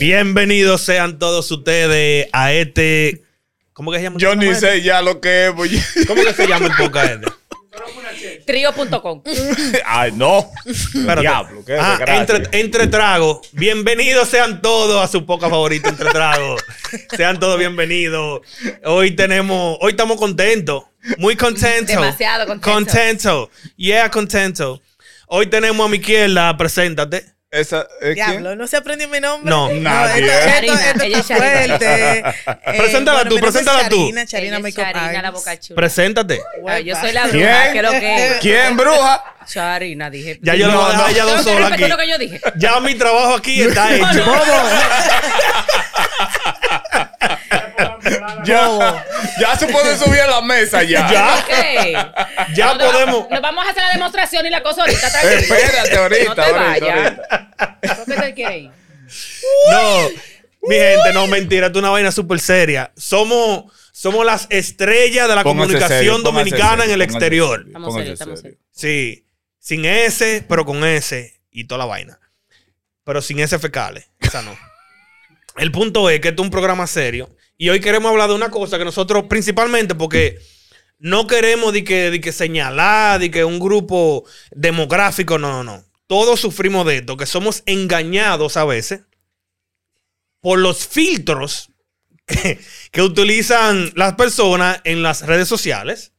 Bienvenidos sean todos ustedes a este. ¿Cómo que se llama? Yo ni sé ya lo que es. pues, ¿Cómo que se llama el podcast? este? Trío.com. Ay, no. Espérate. Diablo, qué Ah, desgracia. entre, entre tragos. Bienvenidos sean todos a su poca favorita, entre tragos. sean todos bienvenidos. Hoy tenemos, hoy estamos contentos. Muy contentos. Demasiado contentos. Contentos. Yeah, contentos. Hoy tenemos a mi izquierda, preséntate. Esa, ¿eh, es Diablo, no se aprendió mi nombre. No. Nadie. esto, esto, Ella es esto está Sharina. fuerte. Eh, Preséntala tú, mi nombre es preséntala tú. Sharina, Sharina Ella es Makeup Sharina, la Arts. boca chula. Preséntate. Ah, yo soy la ¿Quién? bruja, que lo que es. ¿Quién, bruja? Sharina, dije. Ya yo No, la voy a dejar no. ella dos ¿Usted sola respetó aquí. lo que yo dije? Ya mi trabajo aquí está No, no, hecho. Ya, ya se puede subir a la mesa ya. Ya. Ok. Ya Nos podemos. Vamos, nos vamos a hacer la demostración y la cosa ahorita. tranquilo. Espérate ahorita, No te ahorita, vayas. ahorita. ¿Por qué te quieres ir? No, mi gente, no, mentira, esto es una vaina súper seria. Somos, somos las estrellas de la Póngase comunicación serio, póngase dominicana serio, en el póngase exterior. serio, Estamos póngase serios, estamos serio. Sí, sin S, pero con S y toda la vaina. Pero sin S fecales, esa no. El punto es que este es un programa serio y hoy queremos hablar de una cosa que nosotros principalmente porque no queremos de que, de que señalar, de que un grupo demográfico, no, no, no. Todos sufrimos de esto, que somos engañados a veces por los filtros que, que utilizan las personas en las redes sociales,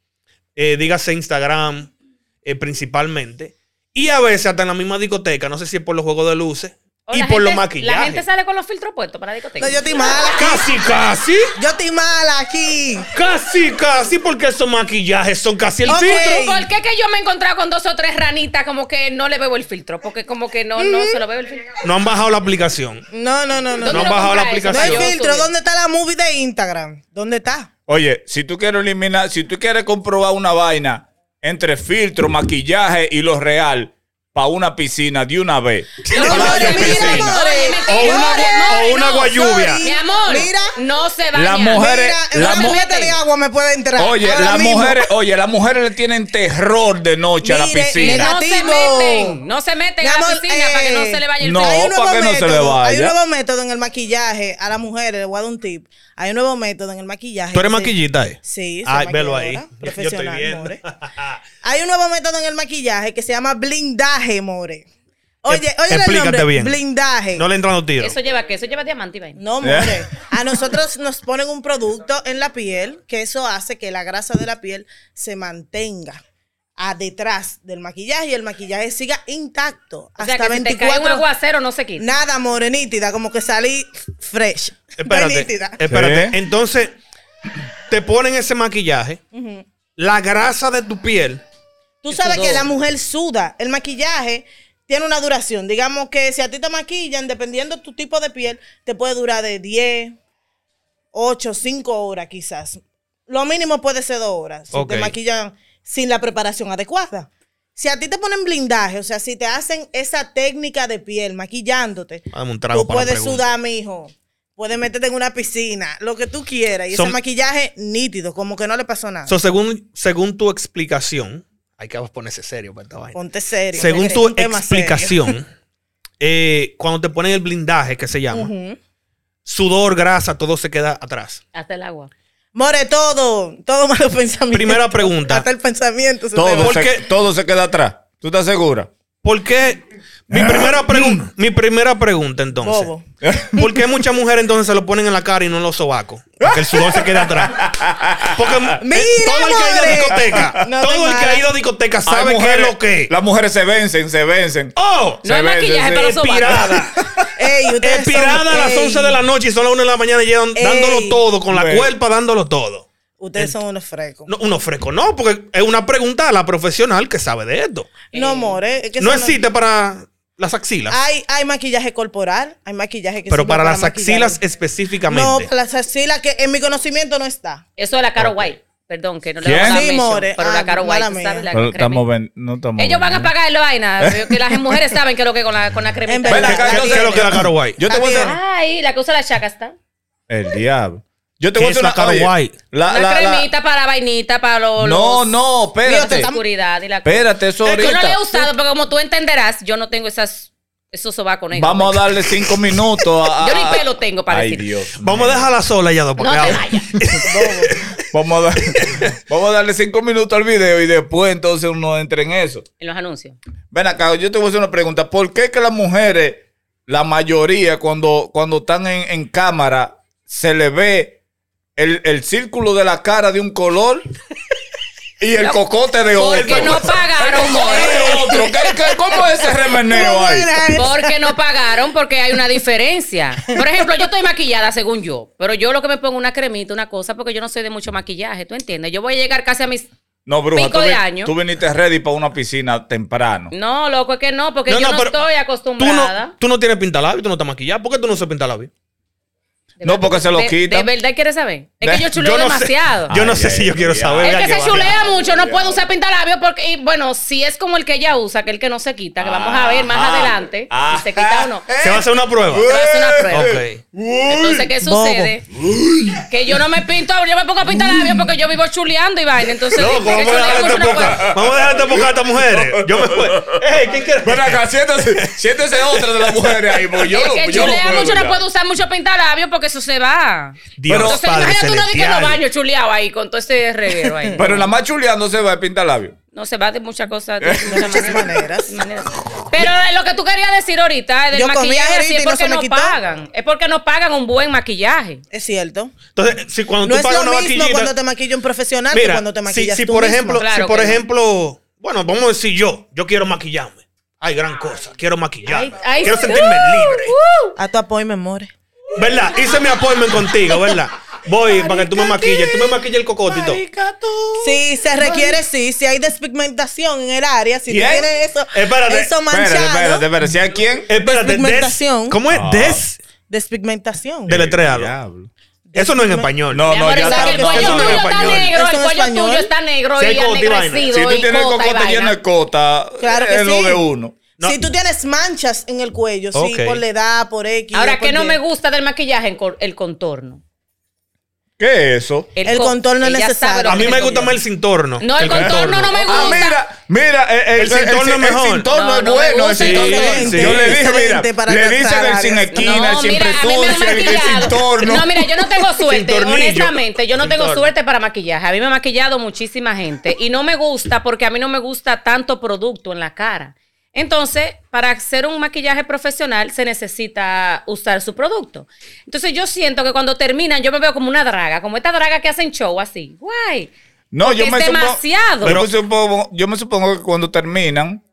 eh, dígase Instagram eh, principalmente, y a veces hasta en la misma discoteca, no sé si es por los juegos de luces O y la por los gente- La gente maquillajes. sale con los filtros puestos para la discoteca. No, yo estoy mala. Casi, casi, Yo estoy mala aquí. casi, casi, porque esos maquillajes son casi el Ok. filtro. ¿Por qué que yo me he encontrado con dos o tres ranitas como que no le bebo el filtro? Porque como que no, no se lo bebo el filtro. No han bajado la aplicación. No, no, no, ¿Dónde no. No No, han lo bajado la compras eso? aplicación. hay yo filtro. ¿Dónde está la movie de Instagram? ¿Dónde está? Oye, si tú quieres eliminar, si tú quieres comprobar una vaina entre filtro, maquillaje y lo real, para una piscina de una vez. Yo No, no, no, yo no, piscina. no, Óyeme, no, que O yo- una, no, o una no, guayuvia. Mi amor, Mira. no se baña. La mujer- Mujeres, Mira, la la mu- mujer de agua me puede entrar. Oye, ahora las mismo. mujeres, oye, las mujeres le tienen terror de noche a la Mire, piscina. No se Negativo. meten, no se meten Mi a la amor, piscina eh, para que no se le vaya el no. filtro. hay un nuevo pa' que no se le método, Hay un vaya. nuevo método en el maquillaje. A las mujeres, le voy a dar un tip. Hay un nuevo método en el maquillaje. Tú eres que se- maquillita, ¿eh? Sí, soy Ay, velo ahí. maquilladora, Yo estoy profesional, viendo. more. Hay un nuevo método en el maquillaje que se llama blindaje, more. Oye, Ex- oye el explícate nombre, bien. blindaje. No le Eh. entran los tiros. Eso lleva qué? Eso lleva diamante y vaina. No, more. A nosotros nos ponen un producto en la piel que eso hace que la grasa de la piel se mantenga a detrás del maquillaje y el maquillaje siga intacto O sea hasta que si te 24 cae un aguacero no se quita. Nada, more, nítida, como que salí fresh. Estoy Espérate, nítida. espérate. Sí. Entonces, te ponen ese maquillaje, la grasa de tu piel, Tú sabes sudor. que la mujer suda. El maquillaje tiene una duración. Digamos que si a ti te maquillan, dependiendo tu tipo de piel, te puede durar de 10, 8, 5 horas quizás. Lo mínimo puede ser 2 horas. Si Ok. te maquillan sin la preparación adecuada. Si a ti te ponen blindaje, o sea, si te hacen esa técnica de piel maquillándote, Dame un trago tú para la puedes pregunta. sudar, mijo. Puedes meterte en una piscina, lo que tú quieras. Y Son- ese maquillaje nítido, como que no le pasó nada. So, según, según tu explicación, hay que ponerse serio para esta vaina. Ponte serio. Según Negre, tu un tema serio. explicación, eh, cuando te ponen el blindaje, que se llama, sudor, grasa, todo se queda atrás. Hasta el agua. More todo, todo malo pensamiento. Primera pregunta. Hasta el pensamiento. se te Todo, va. se, Porque- todo se queda atrás. ¿Tú estás segura? ¿Por qué? Mi primera, pregunta mi primera pregunta, entonces. Bobo. ¿Por qué muchas mujeres entonces se lo ponen en la cara y no en los sobacos? Para que el sudor se quede atrás. Porque Mira, eh, todo el que ha ido a madre. discoteca, No todo el te que ha maras. ido a discoteca Hay sabe qué es mujeres- lo que. es. Las mujeres se vencen, se vencen. ¡Oh! No hay ve, se maquillaje ve. para los sobacos. Espirada. Ey, ustedes son- Espirada a las ey, 11 de la noche y son las 1 de la mañana y llegan Ey. dándolo todo, con la Bueno. cuerpa dándolo todo. Ustedes son unos frecos. No, No, uno fresco, no, porque es una pregunta a la profesional que sabe de esto. more. es que No son- existe para las axilas, Hay, hay maquillaje corporal, hay maquillaje que pero sirve para las maquillar. axilas específicamente. No, para las axilas que en mi conocimiento no está. Eso es la Caro White. Perdón, que no le ¿Quién? vamos a dar Sí, mention, more. Pero Ah, la Caro White, mala tú mía. sabes la Pero que crema. estamos ven- no estamos Ellos van a ven- pagar la vaina. pero Que las mujeres saben que lo que con la, con la cremita. Ven Ven acá, Está entonces- bien. ¿Qué es lo que es la Caro White? Yo te voy a Está hacer. Ay, la que usa la chaca está. El diablo. Yo te ¿Qué voy a es hacer la una Caro oye, White? La, Una la- la- cremita para la vainita, para los. No, los- no, espérate. la seguridad y la Espérate, eso Yo no la he ahorita. usado, pero como tú entenderás, yo no tengo esas Eso se va con él. Vamos a darle cinco minutos a. Yo ni pelo tengo para Ay, decir. Dios. Vamos a dejarla sola ya, dos. No te vayas. Vamos a, dar- vamos a darle cinco minutos al video y después entonces uno entra en eso. En los anuncios. Ven acá, yo te voy a hacer una pregunta. ¿Por qué que las mujeres, la mayoría, cuando, cuando están en, en cámara, se le ve el, el círculo de la cara de un color y el cocote de otro? Porque no pagaron, El cocote de otro. ¿Qué- qué- ¿Cómo es ese remeneo ahí? Porque no pagaron, porque hay una diferencia. Por ejemplo, yo estoy maquillada según yo, pero yo lo que me pongo una cremita, una cosa, porque yo no soy de mucho maquillaje, ¿tú entiendes? Yo voy a llegar casi a mis... No, bruja, Pico tú, de vi- año. tú viniste ready para una piscina temprano. No, loco, es que no, porque yo no, estoy Tú no, acostumbrada. tú no tienes pintalabios, tú no estás maquillada. ¿Por qué tú no usas pintalabios? De No, verdad, porque se lo de- quitan. ¿De verdad quieres saber? Es De- que yo no chuleo sé- demasiado. yo no Ay, sé ay, si yo ay, quiero ay. saber. El que se va. chulea mucho no puede usar pintalabios porque, y, bueno, si es como el que ella usa, que el que no se quita, que vamos a ver más Ajá. adelante si se quita o no. Ajá. Se va a hacer una prueba. Eh. Pero hace una prueba. Ok. Entonces, ¿qué sucede? Que yo no me pinto, yo me pongo a pintar labios porque yo vivo chuleando y vaina. Entonces, Loco, porque vamos a dejar chuleo mucho de no puedo. poca. Vamos a dejar de poca a estas mujeres. Yo me voy. Ey, ¿quién quiere? Ven acá, siéntese, siéntese otra de las mujeres ahí, porque yo, El no- que yo no chulea puedo mucho ya. no puede usar mucho pintalabios porque eso se va. Dios Entonces, Padre imagínate uno de que en los Celestial. baños chuleado ahí con todo ese reguero ahí. Pero la más chuleando se va a pintar labios. No se va de muchas cosas. De muchas Muchas maneras. maneras. Pero de lo que tú querías decir ahorita eh, del Yo comí maquillaje así ahorita es y no porque se me no quitó. pagan. Es porque no pagan un buen maquillaje. Es cierto. Entonces, si cuando No tú es pagas lo una mismo vaquillita. cuando te maquilla un profesional que mira, cuando te si- maquillas si, tú por mismo. ejemplo, Claro si por que no. ejemplo, bueno, vamos a decir yo, yo quiero maquillarme. Hay gran cosa, quiero maquillarme. Ay, ay, quiero sí. Uh, sentirme libre. A tu apoyo, me more. ¿Verdad? Hice mi appointment contigo, ¿verdad? Voy para que tú me maquilles, tú me maquilles el cocotito. Sí, se requiere, sí. Si hay despigmentación en el área, si tú ¿Quién? tienes eso, Espérate, eso manchado. Espérate, espérate, espérate. ¿Si a quién? Espérate, des, Despigmentación. ¿cómo es? Ah. Des. Despigmentación. Deletréalo. Diablo. Eso no es en español. No, Mi amor, ya ¿sabes? está- el no, cuello eso no tuyo es está español. negro, Eso el no es cuello español. tuyo está negro Si hay y cogote y vaina. ennegrecido. Si tú y tienes el cota y cocote vaina. lleno de cota, Claro que es lo sí. de uno. No. Si tú tienes manchas en el cuello, Ok. sí, por la edad, por X. Ahora, por ¿qué no Y. me gusta del maquillaje? El cor- El contorno. ¿Qué es eso? El co- contorno es ella sabe necesario. lo A mí que me yo gusta digo. más el cintorno. No, el contorno no me gusta. Ah, mira, mira, eh, eh, El el, el, cintorno es el mejor. cintorno No, es no me bueno. el gusta el cintorno es contorno. bueno. Yo le dije, mira, Excelente para le cazar dicen el áreas. sin esquina, el No, sin mira, a mí me han presuncio, el el maquillado. cintorno. No, mira, yo no tengo suerte, Sin tornillo. honestamente. Yo no Sin tengo torno. suerte para maquillaje. A mí me ha maquillado muchísima gente y no me gusta porque a mí no me gusta tanto producto en la cara. Entonces, para hacer un maquillaje profesional se necesita usar su producto. Entonces, yo siento que cuando terminan, yo me veo como una draga, como esta draga que hacen show así. Guay. No, yo es me supongo- demasiado. yo me supongo- yo me supongo que cuando terminan,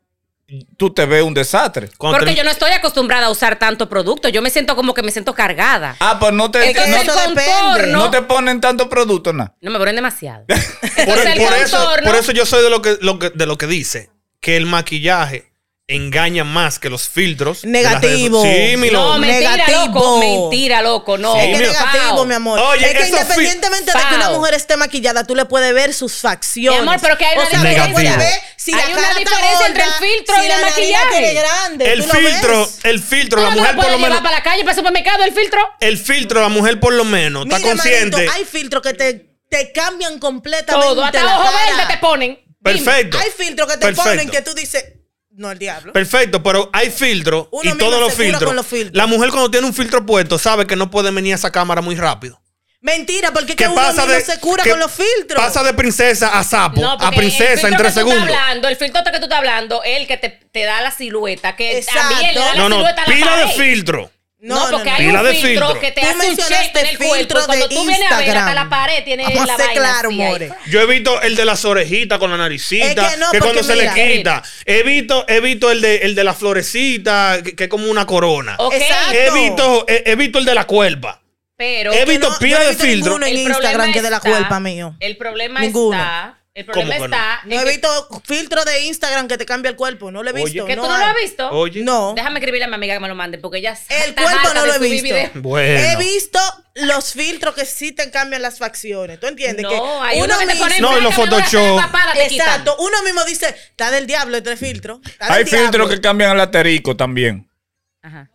tú te ves un desastre. Cuando porque te- yo no estoy acostumbrada a usar tanto producto. Yo me siento como que me siento cargada. Ah, pues no te, Entonces, no, eso el depende. contorno. no te ponen tanto producto, nada. No me ponen demasiado. por, Entonces, el por eso, contorno- por eso yo soy de lo que, lo que- de lo que dice que el maquillaje engaña más que los filtros. de las redes Negativo. sociales. Sí, mi no, loco. mentira, Negativo. loco. Mentira, loco. No. Es que mira. negativo, Pao. mi amor. Oye, es que eso fi- independientemente de que una Pao. mujer esté maquillada, tú le puedes ver sus facciones. Mi amor, pero que hay una O sea, tú le puedes Negativo. ver si la Hay una cara está diferencia entre el gorda, filtro si y la el nariz maquillaje. tiene grande, El tú lo filtro, eh, ves. el filtro, No, la no mujer lo por puede lo menos. llevar para la calle, para el supermercado, el filtro. El filtro, la mujer por lo menos. Está Mira, consciente. manito, hay filtros que te, te cambian completamente. Todo. la Hasta ojo cara. verde te ponen. Dime. Perfecto. Hay filtros que te Perfecto. ponen que tú dices, no, el diablo. Perfecto, pero hay filtros Uno y mismo todos los se cura filtros. con los filtros. La mujer cuando tiene un filtro puesto sabe que no puede venir a esa cámara muy rápido. Mentira, porque es que Que uno pasa mismo de se cura que con los filtros. Pasa de princesa a sapo, No, a porque el princesa filtro en tres que tú estás segundos. hablando, el filtro que tú estás hablando, el que te, te da la silueta, que también le da la No, no, silueta a la pila de pared. filtro. No, porque hay Pila un de filtro, filtro. que te Tú hace un check mencionaste en el cuerpo. filtro y Cuando de tú vienes a ver hasta Instagram. la pared, tiene Vamos a la ser vaina claro, así, ahí. more. Yo evito el de las orejitas con la naricita, Es que no, que, porque cuando se mira, le quita. Evito, evito el de, el de la florecita, que, que es como una corona. Ok, Exacto. Evito, e- evito el de la cuerva. pero... He Que visto no- pila no he de visto filtro. ninguno en el Instagram problema que de la está- culpa mío. El problema Ninguno. está... El problema ¿Cómo que no? está... No he en que- visto filtro de Instagram que te cambia el cuerpo. No lo he Oye, visto. ¿Que tú no lo hay. has visto? Oye. No. Déjame escribirle a mi amiga que me lo mande, porque ella El está cuerpo harta no de lo he subir visto. videos. Bueno. He visto los filtros que sí te cambian las facciones. ¿Tú entiendes? No, que hay uno, que te pone No, y los Photoshop. Exacto. Uno mismo dice, está del diablo este filtro. está del Hay filtros diablo". que cambian el aterico también. Ajá.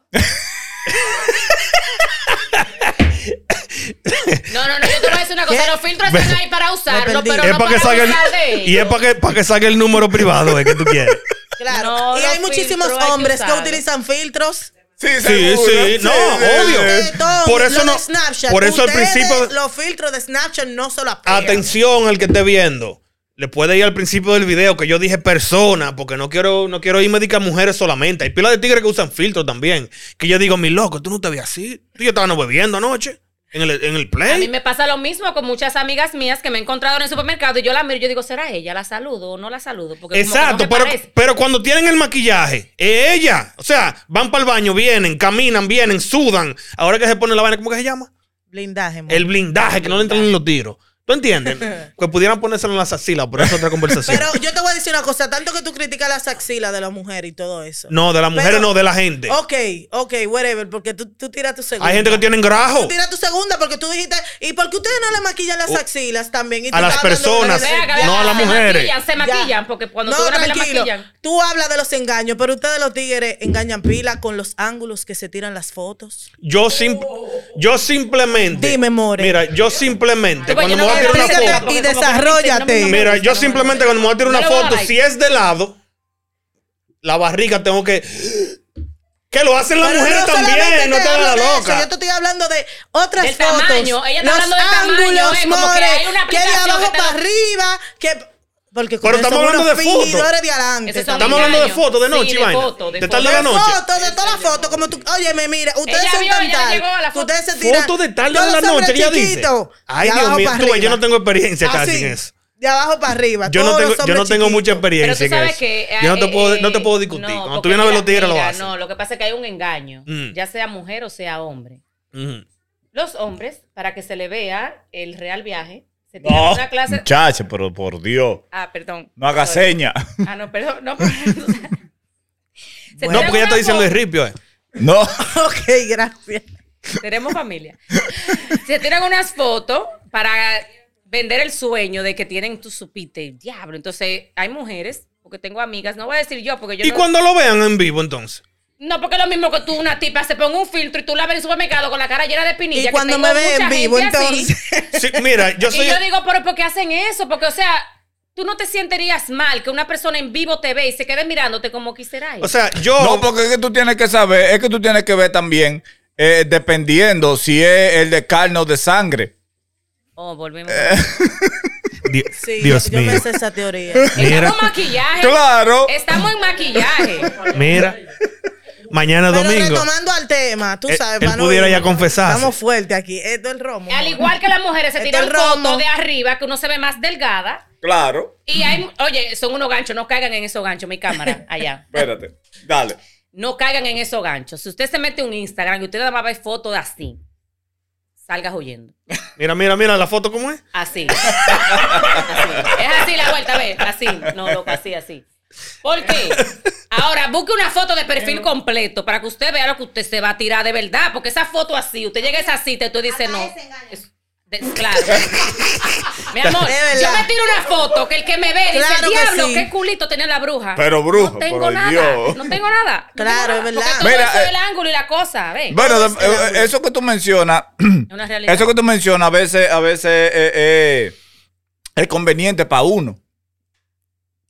No, no, no, yo te voy a decir una cosa. ¿Qué? Los filtros están ahí para usarlo, perdí. pero es no para para que salga abusar de el, y es ellos. para que, para que salga el número privado eh, que tú quieres. Claro. No, y los hay muchísimos filtros hay que hombres que, usarlos. utilizan filtros. Eh, Sí, Sí, seguro. sí, no, Oh, obvio. Eh, de todo, Por eso lo no- de Snapchat. por eso al Ustedes, principio- Los filtros de Snapchat no se lo aplican. Atención al que esté viendo. Le puede ir al principio del video que yo dije persona, porque no quiero, no quiero irme de que a mujeres solamente. Hay pilas de tigres que usan filtro también. Que yo digo, mi loco, tú no te veías así. Tú y yo estábamos bebiendo anoche en el, en el play. A mí me pasa lo mismo con muchas amigas mías que me he encontrado en el supermercado y yo la miro y yo digo, ¿será ella? ¿La saludo o no la saludo? Porque como que no Exacto, me pero, parece. pero cuando tienen el maquillaje, es ella. O sea, van para el baño, vienen, caminan, vienen, sudan. Ahora que se pone la vaina, ¿cómo que se llama? Blindaje, amor. El blindaje, que no le entran en los tiros. ¿Tú entiendes? que pudieran ponérselo en las axilas, pero eso es otra conversación. Pero yo te voy a decir una cosa, tanto que tú criticas las axilas de la mujer y todo eso. no, de las mujeres Pero- no, de la gente. Ok, ok, whatever, porque tú, tú tiras tu segunda. Hay gente que tiene grajo. Tú tiras tu segunda porque tú dijiste, ¿y por qué ustedes no le maquillan las axilas también? Y tú Uh, a las estás hablando de personas, una- Vea, no Gabriela, a las se mujeres. maquillan, se maquillan, Ya. porque cuando no, tú una vez la tranquilo. maquillan. Tú hablas de los engaños, pero ustedes los tigres engañan pila con los ángulos que se tiran las fotos. Yo, sim- yo simplemente. Dime, more. Mira, yo simplemente. Tú, pues, Cuando yo me no voy a voy a tirar una decirte foto. Explícate porque como que y me dicen, desarrollate. no, no me Mira, gusta, yo no, simplemente cuando me voy a tirar No una le voy a foto, dar si es de lado, la barriga tengo que. Que lo hacen las Pero mujeres solamente también, no te hablo hagas de la eso, loca. Yo te estoy hablando de otras Del fotos. tamaño, ella está los hablando del tamaño, ángulos, eh, como que more, hay una de aplicación abajo que te para da- arriba, que... Porque con Pero eso estamos unos hablando de fotos. fingidores de adelante. Esos son también. Estamos hablando de engaños. fotos de Sí, noche, de vaina. foto, de de tarde de foto. la noche. fotos, de todas las fotos, como tú, óyeme, mira, ustedes Ella son vio, ella tan le tal, llegó a la foto. ustedes se tiran Fotos de tarde Yo de la los hombres noche, ella dice. chiquitos, Ay, de Dios abajo mío, para tú ves, yo arriba. no tengo experiencia Así, casi en eso. De abajo para arriba. Yo no todos tengo, los yo no hombres tengo mucha chiquitos. Pero experiencia tú en sabes eso. que. eh, yo no te, puedo, eh, no te puedo discutir. no, Cuando tú porque vienes a ver mira, los tigres, lo mira, hacen. No, lo que pasa es que hay un engaño, Mm. ya sea mujer o sea hombre. Ujú. Los hombres, para que se le vea el real viaje, se tienen No, una clase. muchacha, pero por Dios. Ah, perdón. No haga Sorry. seña. Ah, no, perdón. No, perdón. Se No, tiran porque ella una está diciendo foto- el ripio, eh. No. Ok, gracias. Tenemos familia. Se tiran unas fotos para vender el sueño de que tienen tu supite. Diablo. Entonces, hay mujeres, porque tengo amigas, no voy a decir yo, porque yo Y no. cuando lo vean en vivo, entonces. No, porque es lo mismo que tú, una tipa, se ponga un filtro y tú la ves en el supermercado con la cara llena de espinilla. Y que cuando tengo me ve mucha en vivo, gente así. entonces. Sí, mira, yo soy. Y yo digo, pero ¿por qué hacen eso? Porque, o sea, tú no te sentirías mal que una persona en vivo te ve y se quede mirándote como quisiera. O sea, yo. No, porque es que tú tienes que saber, es que tú tienes que ver también, eh, dependiendo si es el de carne o de sangre. oh, volvimos. eh, Di- Sí, Dios yo, yo mío. me sé esa teoría. mira. Estamos en maquillaje. Claro. Estamos en maquillaje. Mira. Mañana Pero domingo. retomando al tema, tú Él- sabes, él para no pudiera irnos. ya confesarse. Estamos fuertes aquí. Esto es el romo. Al igual que las mujeres se Este tiran es romo. fotos de arriba, que uno se ve más delgada. Claro. Y hay, oye, son unos ganchos, no caigan en esos ganchos, mi cámara, allá. Espérate. Dale. No caigan en esos ganchos. Si usted se mete a un Instagram y usted nada más ve fotos de así, salgas huyendo. Mira, mira, mira la foto cómo es. Así. Así. Es así la vuelta, ve. Así. No, loco, así, así. ¿Por qué? Ahora, busque una foto de perfil completo para que usted vea lo que usted se va a tirar de verdad. Porque esa foto así, usted llega a esa cita y tú dices no. es- de- claro. Mi amor, Es verdad. yo me tiro una foto que el que me ve dice, Claro que diablo, sí. qué culito tenía la bruja. Pero bruja, no tengo por nada. Dios. No tengo nada. no Claro, tengo es nada, verdad. Porque todo Mira, eso eh, es el ángulo y la cosa, ve. Bueno, Todos de- eh, tenemos. eso que tú mencionas, Es una realidad. eso que tú mencionas a veces, a veces eh, eh, es conveniente para uno.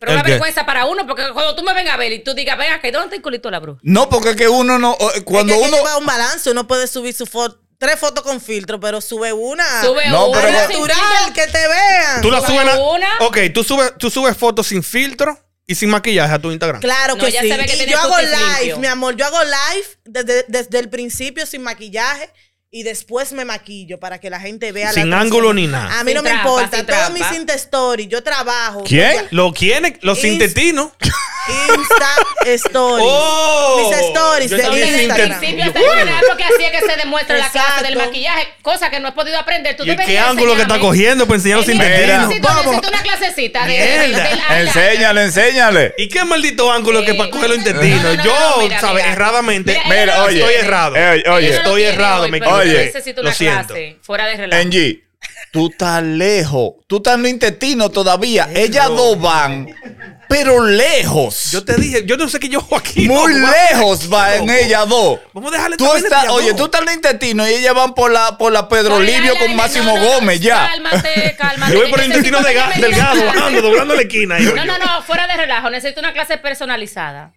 Pero una ¿El qué? vergüenza para uno, porque cuando tú me vengas a ver y tú digas, venga, que ¿dónde está el culito de la bruja? No, porque es que uno no, eh, cuando Es que hay que uno, llevar un balance, uno puede subir su foto, tres fotos con filtro, pero sube Ah, una. Sube No, una. pero- sin natural, filtro. que te vean. Tú la Sube subes. a- una. Ok, tú subes, tú subes fotos sin filtro y sin maquillaje a tu Instagram. Claro No, que ya sí. se ve que y tiene yo hago cutis live, limpio. mi amor. Yo hago live desde, desde el principio sin maquillaje y después me maquillo para que la gente vea la Sin persona. ángulo ni nada. A mí Sin no me trampa, importa. sin Todos trampa. mis Insta Story, yo trabajo. ¿Quién? Lo quieren, los Ins- sintetinos. Insta Story. ¡Oh! Mis stories Yo de también Desde el Instagram. principio hasta el final, porque así es que se demuestra la clase Exacto. del maquillaje, cosa que no he podido aprender. Tú ¿Y deberías qué ángulo que está enseñarme. cogiendo para enseñar los El día que Mira. sintetinos? necesito- Vamos. necesito una clasecita de, Mierda. de la- enséñale, enséñale. ¿Y qué maldito ángulo Sí. que para coger los Eh, No, no, intestinos? no, no, Yo, mira, ¿sabes? mira. Erradamente. Mira, eh, Mira, no lo oye, estoy tiene. errado. eh, oye. Ella no lo Estoy tiene errado, hoy, me pero yo equivoqué. necesito Lo una siento. clase fuera de relajo. Angie, Tú estás lejos. Tú estás en lo intestino todavía. Ellas dos van, pero lejos. Yo te dije, yo no sé qué yo hago aquí. Muy loco. lejos va en loco. ellas dos. Vamos a dejarle Tú esta vaina estás, entre ellas oye, dos. tú estás en el intestino y ellas van por la, por la Pedro Ay, Livio ay, con ay, Máximo no, no, no, Gómez, ya. Cálmate, cálmate. Yo voy por el Necesito intestino de que ga- me digas- delgado, bajando, doblando la esquina. ahí voy No, yo. no, no, fuera de relajo. Necesito una clase personalizada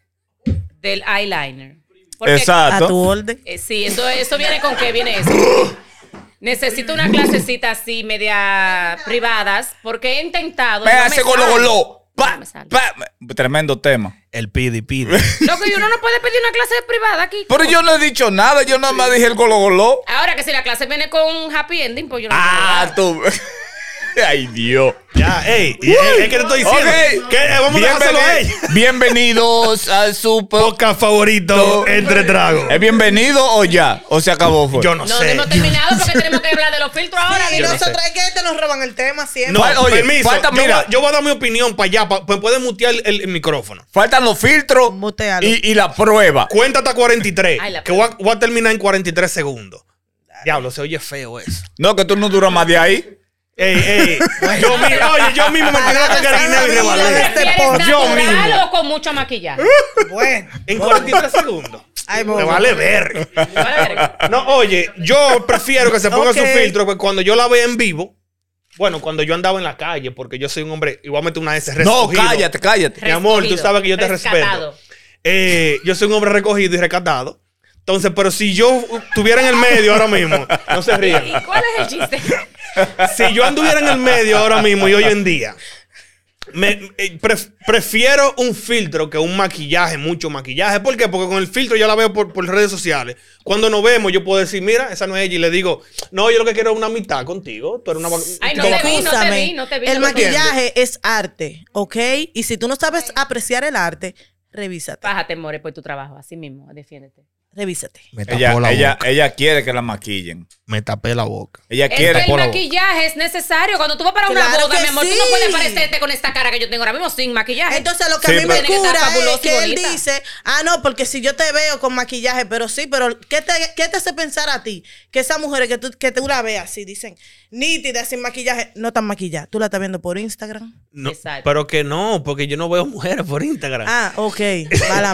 del eyeliner. Porque, A tu orden. eh, sí, eso, eso viene con qué viene eso. Necesito una clasecita así, media privadas, porque he intentado. y Me no hace golo sale. golo. Pa, No me sale. pa. Tremendo tema. El pidi, pidi. Loco, y uno no puede pedir una clase privada aquí. Pero yo no he dicho nada, yo nada más dije el golo golo. Ahora que si la clase viene con un happy ending, pues yo no Ah, puedo. tú. Ay, Dios. Ya, ey. y- Es es que te estoy diciendo. Ok. Que, eh, vamos a dejárselo a ella. Bienvenidos a su podcast. Podcast favorito No. Eh, entre tragos. ¿Es bienvenido o ya? ¿O se acabó? Fue? Yo no, No, no sé. hemos terminado porque tenemos que hablar de los filtros ahora. Y dilo. no sé. nosotros es que te nos roban el tema siempre. No, Fal- oye, permiso. falta- yo, mira. voy- yo voy a dar mi opinión para allá. pa- pues puedes mutear el, el micrófono. Faltan los filtros Mutealo. y, y la prueba. Cuenta hasta 43. Ay, la que voy a, voy a terminar en 43 segundos. Diablo, se oye feo eso. No, que tú no duras más de ahí. Ey, ey. yo, mi- oye, yo mismo me tiré la carguinera y rebalé. Este ¿Prefieres podcast. Yo natural mismo. o con mucho maquillaje? Bueno. En 43 segundos. Ay, Me bobo. vale ver. Me vale verga. No, oye, yo prefiero que se ponga Ok. su filtro porque cuando yo la veo en vivo, bueno, cuando yo andaba en la calle, porque yo soy un hombre, igualmente una S No, recogido. cállate, cállate. Mi amor, tú Recogido, sabes que yo te rescatado. respeto. Eh, yo soy un hombre recogido y rescatado. Entonces, pero si yo estuviera en el medio ahora mismo, no se rían. ¿Y cuál es el chiste? Si yo anduviera en el medio ahora mismo y hoy en día, me, eh, pref- prefiero un filtro que un maquillaje, mucho maquillaje. ¿Por qué? Porque con el filtro yo la veo por, por redes sociales. Cuando nos vemos, yo puedo decir, mira, esa no es ella. Y le digo, no, yo lo que quiero es una mitad contigo. Tú eres una. va- Ay, no como- te vi, no te vi, Escúchame, no te vi. el no te vi. maquillaje es arte, ¿ok? Y si tú no sabes apreciar el arte, revísate, Bájate, more, por tu trabajo. Así mismo, defiéndete. revísate. Me tapó Ella, la ella, boca. ella quiere que la maquillen. Me tapé la boca. Ella Es que quiere. el maquillaje es necesario. Cuando tú vas para una Claro boda, que mi amor, tú sí. no puedes parecerte con esta cara que yo tengo ahora mismo sin maquillaje. Entonces lo que Sí, a mí me pero- Tiene que estar cura es fabulosa y que él bonita. dice, ah, no, porque si yo te veo con maquillaje, pero sí, pero ¿qué te, qué te hace pensar a ti? Que esas mujeres que tú, que tú la veas así, dicen, nítida, sin maquillaje, no tan maquillada. Tú la estás viendo por Instagram. No, Exacto. pero que no, porque yo no veo mujeres por Instagram. Ah, ok, mala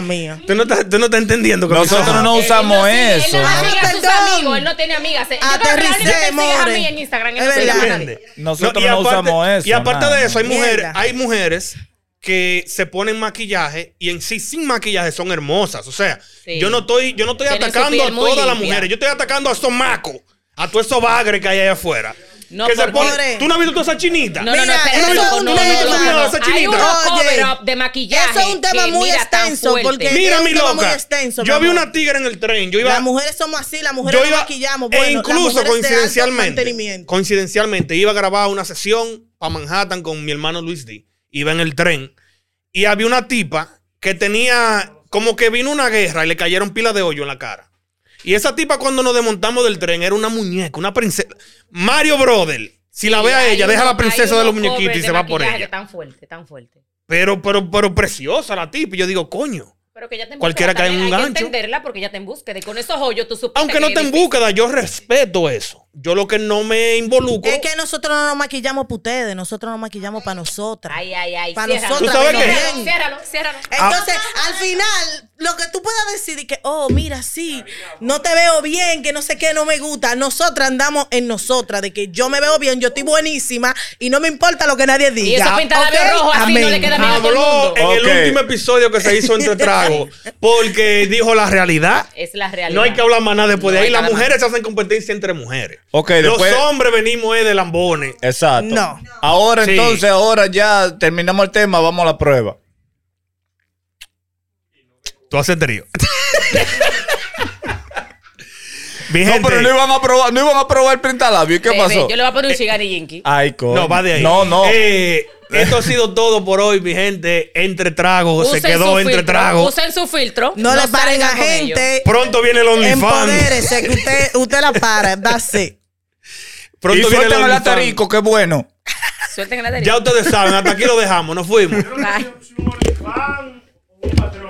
mía. Tú, no estás, tú no estás entendiendo que Nosotros no Él usamos tiene- eso. Él no Ah, tiene amigas, sus perdón. amigos. Él no tiene amigas. Yo creo que la única que Aterricé, me sigue es a more. mí en Instagram. Es él no sigue a verdad. nadie. Nosotros y no usamos eso, Y aparte nada. de eso, hay mujeres, Mierda. hay mujeres que se ponen maquillaje y en sí sin maquillaje son hermosas. O sea, Sí. yo no estoy, yo no estoy Tienen su atacando a piel muy todas las limpia. mujeres. Yo estoy atacando a esos macos, a todos esos bagres que hay allá afuera. No, que se porque- ponen- ¿Tú no has visto toda esa chinita? No, no, no, Mira, espérate, eso loco, es un no, no, tema. no, no, no. Hay Oye, unos cover-up de maquillaje. eso es un tema que muy mira tan extenso, fuerte. porque- Mira, es un mi tema loca. muy extenso, yo vi mamá. una tigre en el tren. Yo iba, Las mujeres somos así, las mujeres yo no iba maquillamos. e Bueno, las incluso mujeres de alto coincidencialmente, mantenimiento. coincidencialmente iba a grabar una sesión a Manhattan con mi hermano Luis D. Iba en el tren y había una tipa que tenía como que vino una guerra y le cayeron pilas de hoyo en la cara. Y esa tipa cuando nos desmontamos del tren era una muñeca, una princesa. Mario Brother, si la ve a Hay ella, deja a la unos- princesa hay de los unos muñequitos y covers se de va por maquillaje ella. Tan fuerte, tan fuerte. Pero, pero, pero preciosa la tipa. Y yo digo, coño. Pero que ya te en Cualquiera búsqueda cae en también un hay gancho. que entenderla porque ya te en búsqueda. Y con esos hoyos tú supiste Aunque que no es esté en difícil. búsqueda, yo respeto eso. Yo lo que no me involucro. Es que nosotros no nos maquillamos para ustedes, nosotros nos maquillamos para nosotras. Ay, ay, ay. Pa' ciérralo. nosotras, ¿Tú sabes qué? Ciérralo, Ciérralo, ciérralo. Entonces, Ah. al final, lo que tú puedas decir es que, oh, mira, sí, no te veo bien, que no sé qué, no me gusta. Nosotras andamos en nosotras, de que yo me veo bien, yo estoy buenísima y no me importa lo que nadie diga. Y eso pinta labios ¿ok? rojos así no le queda bien a todo el Habló Ah, mundo. en Ok. el último episodio que se hizo entre tragos porque dijo la realidad. Es la realidad. No hay que hablar más nada después No de ahí. hay Las nada mujeres se hacen competencia entre mujeres. Ok, Los después- hombres venimos eh, de lambones. Exacto. No. Ahora Sí. entonces, ahora ya terminamos el tema, vamos a la prueba. Tú haces trío. Mi No, gente, pero no iban a probar, no iban a probar el printalabio. ¿Y qué Bebé, pasó? Yo le voy a poner Eh, un chigarillinqui. ah, Ay, coño. no, va de ahí. No, no. Eh, esto ha sido todo por hoy, mi gente. Entre tragos. Se Usen quedó su entre filtro, tragos. Usen su filtro. No, le paren a salgan con ellos. gente. Pronto viene el OnlyFans. Empodérese, que usted, usted la para, that's it. y Pronto viene el sueltan el OnlyFans. atarico, qué bueno. Suelten la Ya ustedes saben, hasta aquí lo dejamos. Nos fuimos. Bye. opción, pan, un patrón.